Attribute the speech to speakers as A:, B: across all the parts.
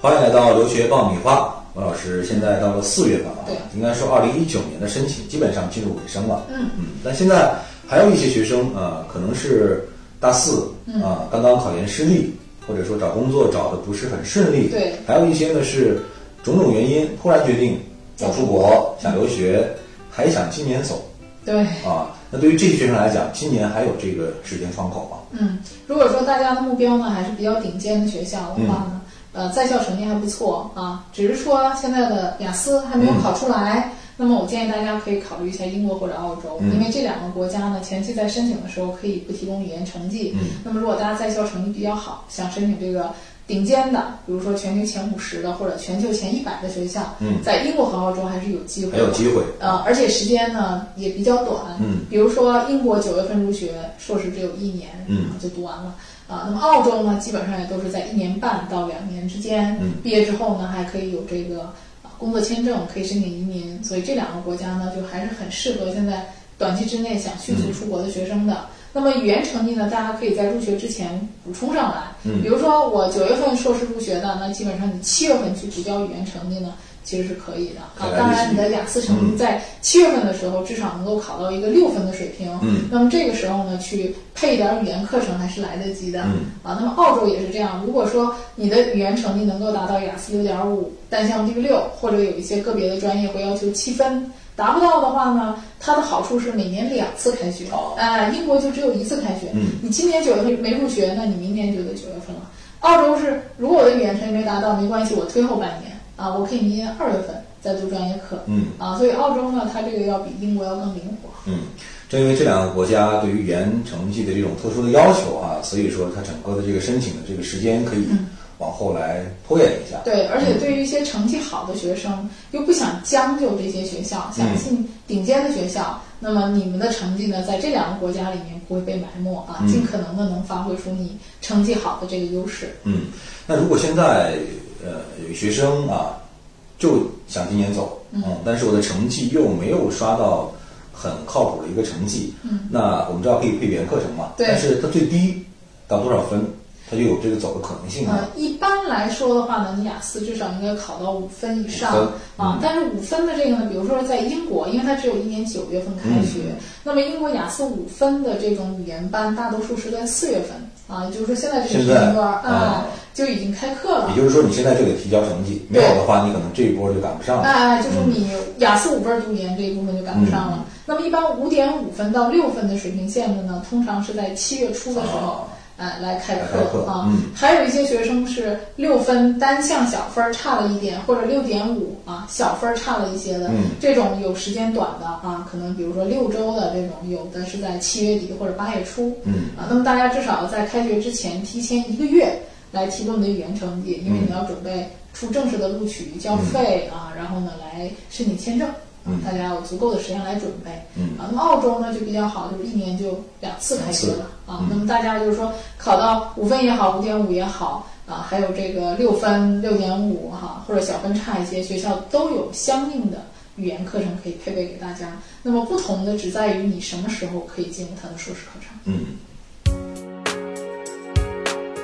A: 欢迎来到留学爆米花，王老师现在到了四月份啊
B: 对，
A: 应该说二零一九年的申请基本上进入尾声了。
B: 嗯
A: 嗯，但现在还有一些学生啊、可能是大四
B: 嗯
A: 啊、刚刚考研失利，或者说找工作找的不是很顺利。
B: 对
A: 还有一些呢是种种原因突然决定想出国、想留学，还想今年走
B: 对，
A: 啊。那对于这些学生来讲，今年还有这个时间窗口吗？
B: 嗯，如果说大家的目标呢还是比较顶尖的学校的话呢，
A: 嗯
B: 呃，在校成绩还不错啊，只是说现在的雅思还没
A: 嗯
B: 有考出来。那么我建议大家可以考虑一下英国或者澳洲，
A: 嗯
B: 因为这两个国家呢，前期在申请的时候可以不提供语言成绩。
A: 嗯
B: 那么如果大家在校成绩比较好，想申请这个顶尖的，比如说全球前五十的或者全球前一百的学校，在英国和澳洲还是有机会
A: 嗯
B: 的。
A: 还有机会
B: 呃，而且时间呢也比较短。
A: 嗯，
B: 比如说英国九月份入学，硕士只有一年，
A: 嗯，
B: 就读完了。啊、那么澳洲呢，基本上也都是在一年半到两年之间。
A: 嗯
B: 毕业之后呢，还可以有这个呃工作签证，可以申请移民。所以这两个国家呢，就还是很适合现在短期之内想迅
A: 嗯
B: 速出国的学生的。那么语言成绩呢，大家可以在入学之前补充上来。嗯，比如说我九月份硕士入学的，那基本上你七月份去补交语言成绩呢，其实是可以的
A: 可
B: 啊
A: 以来。
B: 当
A: 得及
B: 然，你的雅思成绩在七月份的时候至少能够考到一个六分的水平。
A: 嗯，
B: 那么这个时候呢，去配一点语言课程还是来得及的。
A: 嗯，
B: 啊，那么澳洲也是这样。如果说你的语言成绩能够达到雅思六点五，单项这个六，或者有一些个别的专业会要求七分。达不到的话呢，它的好处是每年两次开学，
A: 哦
B: 哎、英国就只有一次开学。
A: 嗯，
B: 你今年九月份没入学，那你明年就得九月份了。澳洲是，如果我的语言成绩没达到，没关系，我推后半年啊，我可以明年二月份再读专业课。
A: 嗯
B: 啊，所以澳洲呢，它这个要比英国要更灵活。
A: 嗯，正因为这两个国家对于语言成绩的这种特殊的要求啊，所以说它整个的这个申请的这个时间可以往后来拖延一下。
B: 对，而且对于一些成绩好的学生，又不想将就这些学校，想进顶尖的学校，那么你们的成绩呢，在这两个国家里面不会被埋没啊，尽可能的能发挥出你成绩好的这个优势。
A: 嗯，那如果现在呃有学生啊，就想今年走，嗯，但是我的成绩又没有刷到很靠谱的一个成绩，嗯，那我们知道可以配语言课程嘛，
B: 对
A: 但是它最低到多少分，它就有这个走的可能性啊
B: 呃
A: 了。，
B: 一般来说的话呢，你雅思至少应该考到五分以上
A: 五分嗯
B: 啊。但是五分的这个呢，比如说在英国，因为它只有一年九月份开学，
A: 嗯
B: 那么英国雅思五分的这种语言班，大多数是在四月份啊，也就是说现在这个时
A: 现在
B: 间段儿
A: 啊
B: 啊就已经开课了
A: 也。就是说，你现在就得提交成绩，没有的话，你可能这一波就赶不上了。嗯
B: 哎，就是你雅思五分儿读研这一部分就赶不上了。那么一般五点五分到六分的水平线的呢，通常是在七月初的时
A: 啊
B: 候，哎来开
A: 来
B: 课
A: 开课
B: 啊。
A: 嗯
B: 还有一些学生是六分单项小分儿差了一点，或者六点五啊小分儿差了一些的，
A: 嗯
B: 这种有时间短的啊，可能比如说六周的这种，有的是在七月底或者八月初，
A: 嗯
B: 啊，那么大家至少在开学之前提前一个月来提供你的语言成绩，因为你要准备出正式的录取交费、啊，然后呢来申请签证。啊大家有足够的时间来准备。
A: 嗯
B: 啊，那么澳洲呢就比较好，就是一年就两次开学
A: 两
B: 了啊。那么大家就是说考到五分也好，五点五也好啊，还有这个六分、六点五哈，或者小分差一些，学校都有相应的语言课程可以配备给大家。那么不同的只在于你什么时候可以进入它的硕士课程。
A: 嗯。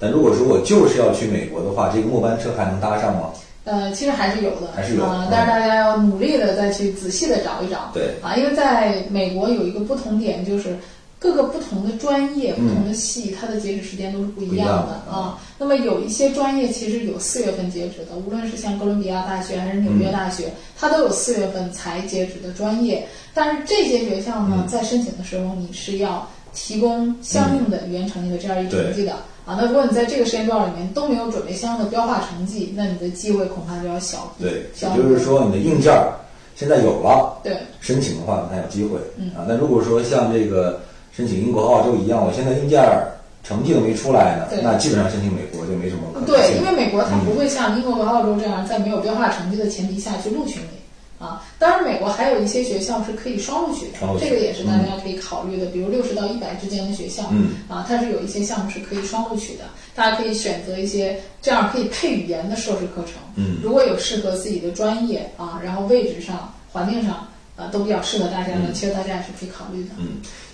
A: 但如果说我就是要去美国的话，这个末班车还能搭上吗？
B: 呃，其实还是有的，
A: 还是有
B: 啊
A: 嗯，
B: 但是大家要努力的再去仔细的找一找，
A: 对
B: 啊，因为在美国有一个不同点就是。各个不同的专业、不同的系，它的截止时间都是不
A: 嗯不
B: 一样
A: 一样
B: 的
A: 的嗯
B: 啊。那么有一些专业其实有四月份截止的，无论是像哥伦比亚大学还是纽
A: 嗯
B: 约大学，它都有四月份才截止的专业。但是这些学校
A: 嗯
B: 呢，在申请的时候，你是要提供相应的语言成绩的这样一个成绩的
A: 嗯
B: 啊。那如果你在这个时间段里面都没有准备相应的标化成绩，那你的机会恐怕就要小。
A: 对，
B: 小
A: 也
B: 很多
A: 就是，说你的硬件儿现在有了，
B: 对
A: 申请的
B: 嗯
A: 话你还有机会啊。但如果说像这个申请英国、澳洲一样，我现在硬件儿成绩都没出来呢
B: 对，
A: 那基本上申请美国就没什么可能性。
B: 对，因为美国它不会像英国和澳洲这样，在没有标化成绩的前提下去录取你啊。当然，美国还有一些学校是可以双录取的
A: 双录，取
B: 这个也是大家可以考虑的，比如六十到一百之间的学校，
A: 嗯
B: 啊，它是有一些项目是可以双录取的，大家可以选择一些这样可以配语言的硕士课程，
A: 嗯
B: 如果有适合自己的专业啊，然后位置上、环境上。啊，都比较适合大家的，其实大家也是可以考虑的。
A: 嗯，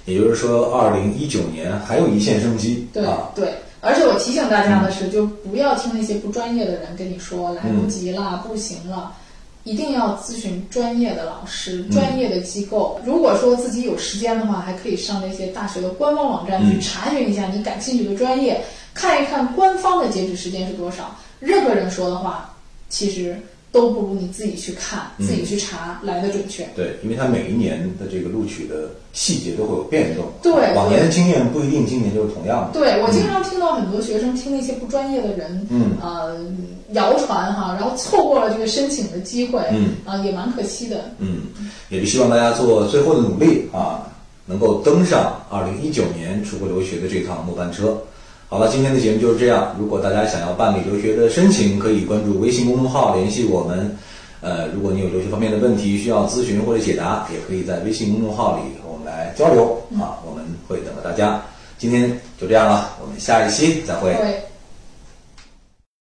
A: 也就是说，二零一九年还有一线生机
B: 对、
A: 啊。
B: 对，而且我提醒大家的是，就不要听那些不专业的人跟你说来不及啦、
A: 嗯
B: 不行了，一定要咨询专业的老师、
A: 嗯
B: 专业的机构。如果说自己有时间的话，还可以上这些大学的官方网站去
A: 嗯
B: 查询一下你感兴趣的专业，看一看官方的截止时间是多少。任何人说的话，其实都不如你自己去看、
A: 嗯
B: 自己去查来的准确。
A: 对，因为它每一年的这个录取的细节都会有变动。
B: 对
A: 往年的经验不一定今年就是同样的。
B: 对，我经常听到很多学生听那些不专业的人，
A: 嗯
B: 呃，谣传哈，然后错过了这个申请的机会，
A: 嗯，
B: 啊、也蛮可惜的。
A: 嗯，也是希望大家做最后的努力啊，能够登上二零一九年出国留学的这趟末班车。好了，今天的节目就是这样。如果大家想要办理留学的申请，可以关注微信公众号联系我们。呃，如果你有留学方面的问题需要咨询或者解答，也可以在微信公众号里和我们来交流啊，我们会等着大家。今天就这样了，我们下一期再会。
B: 对。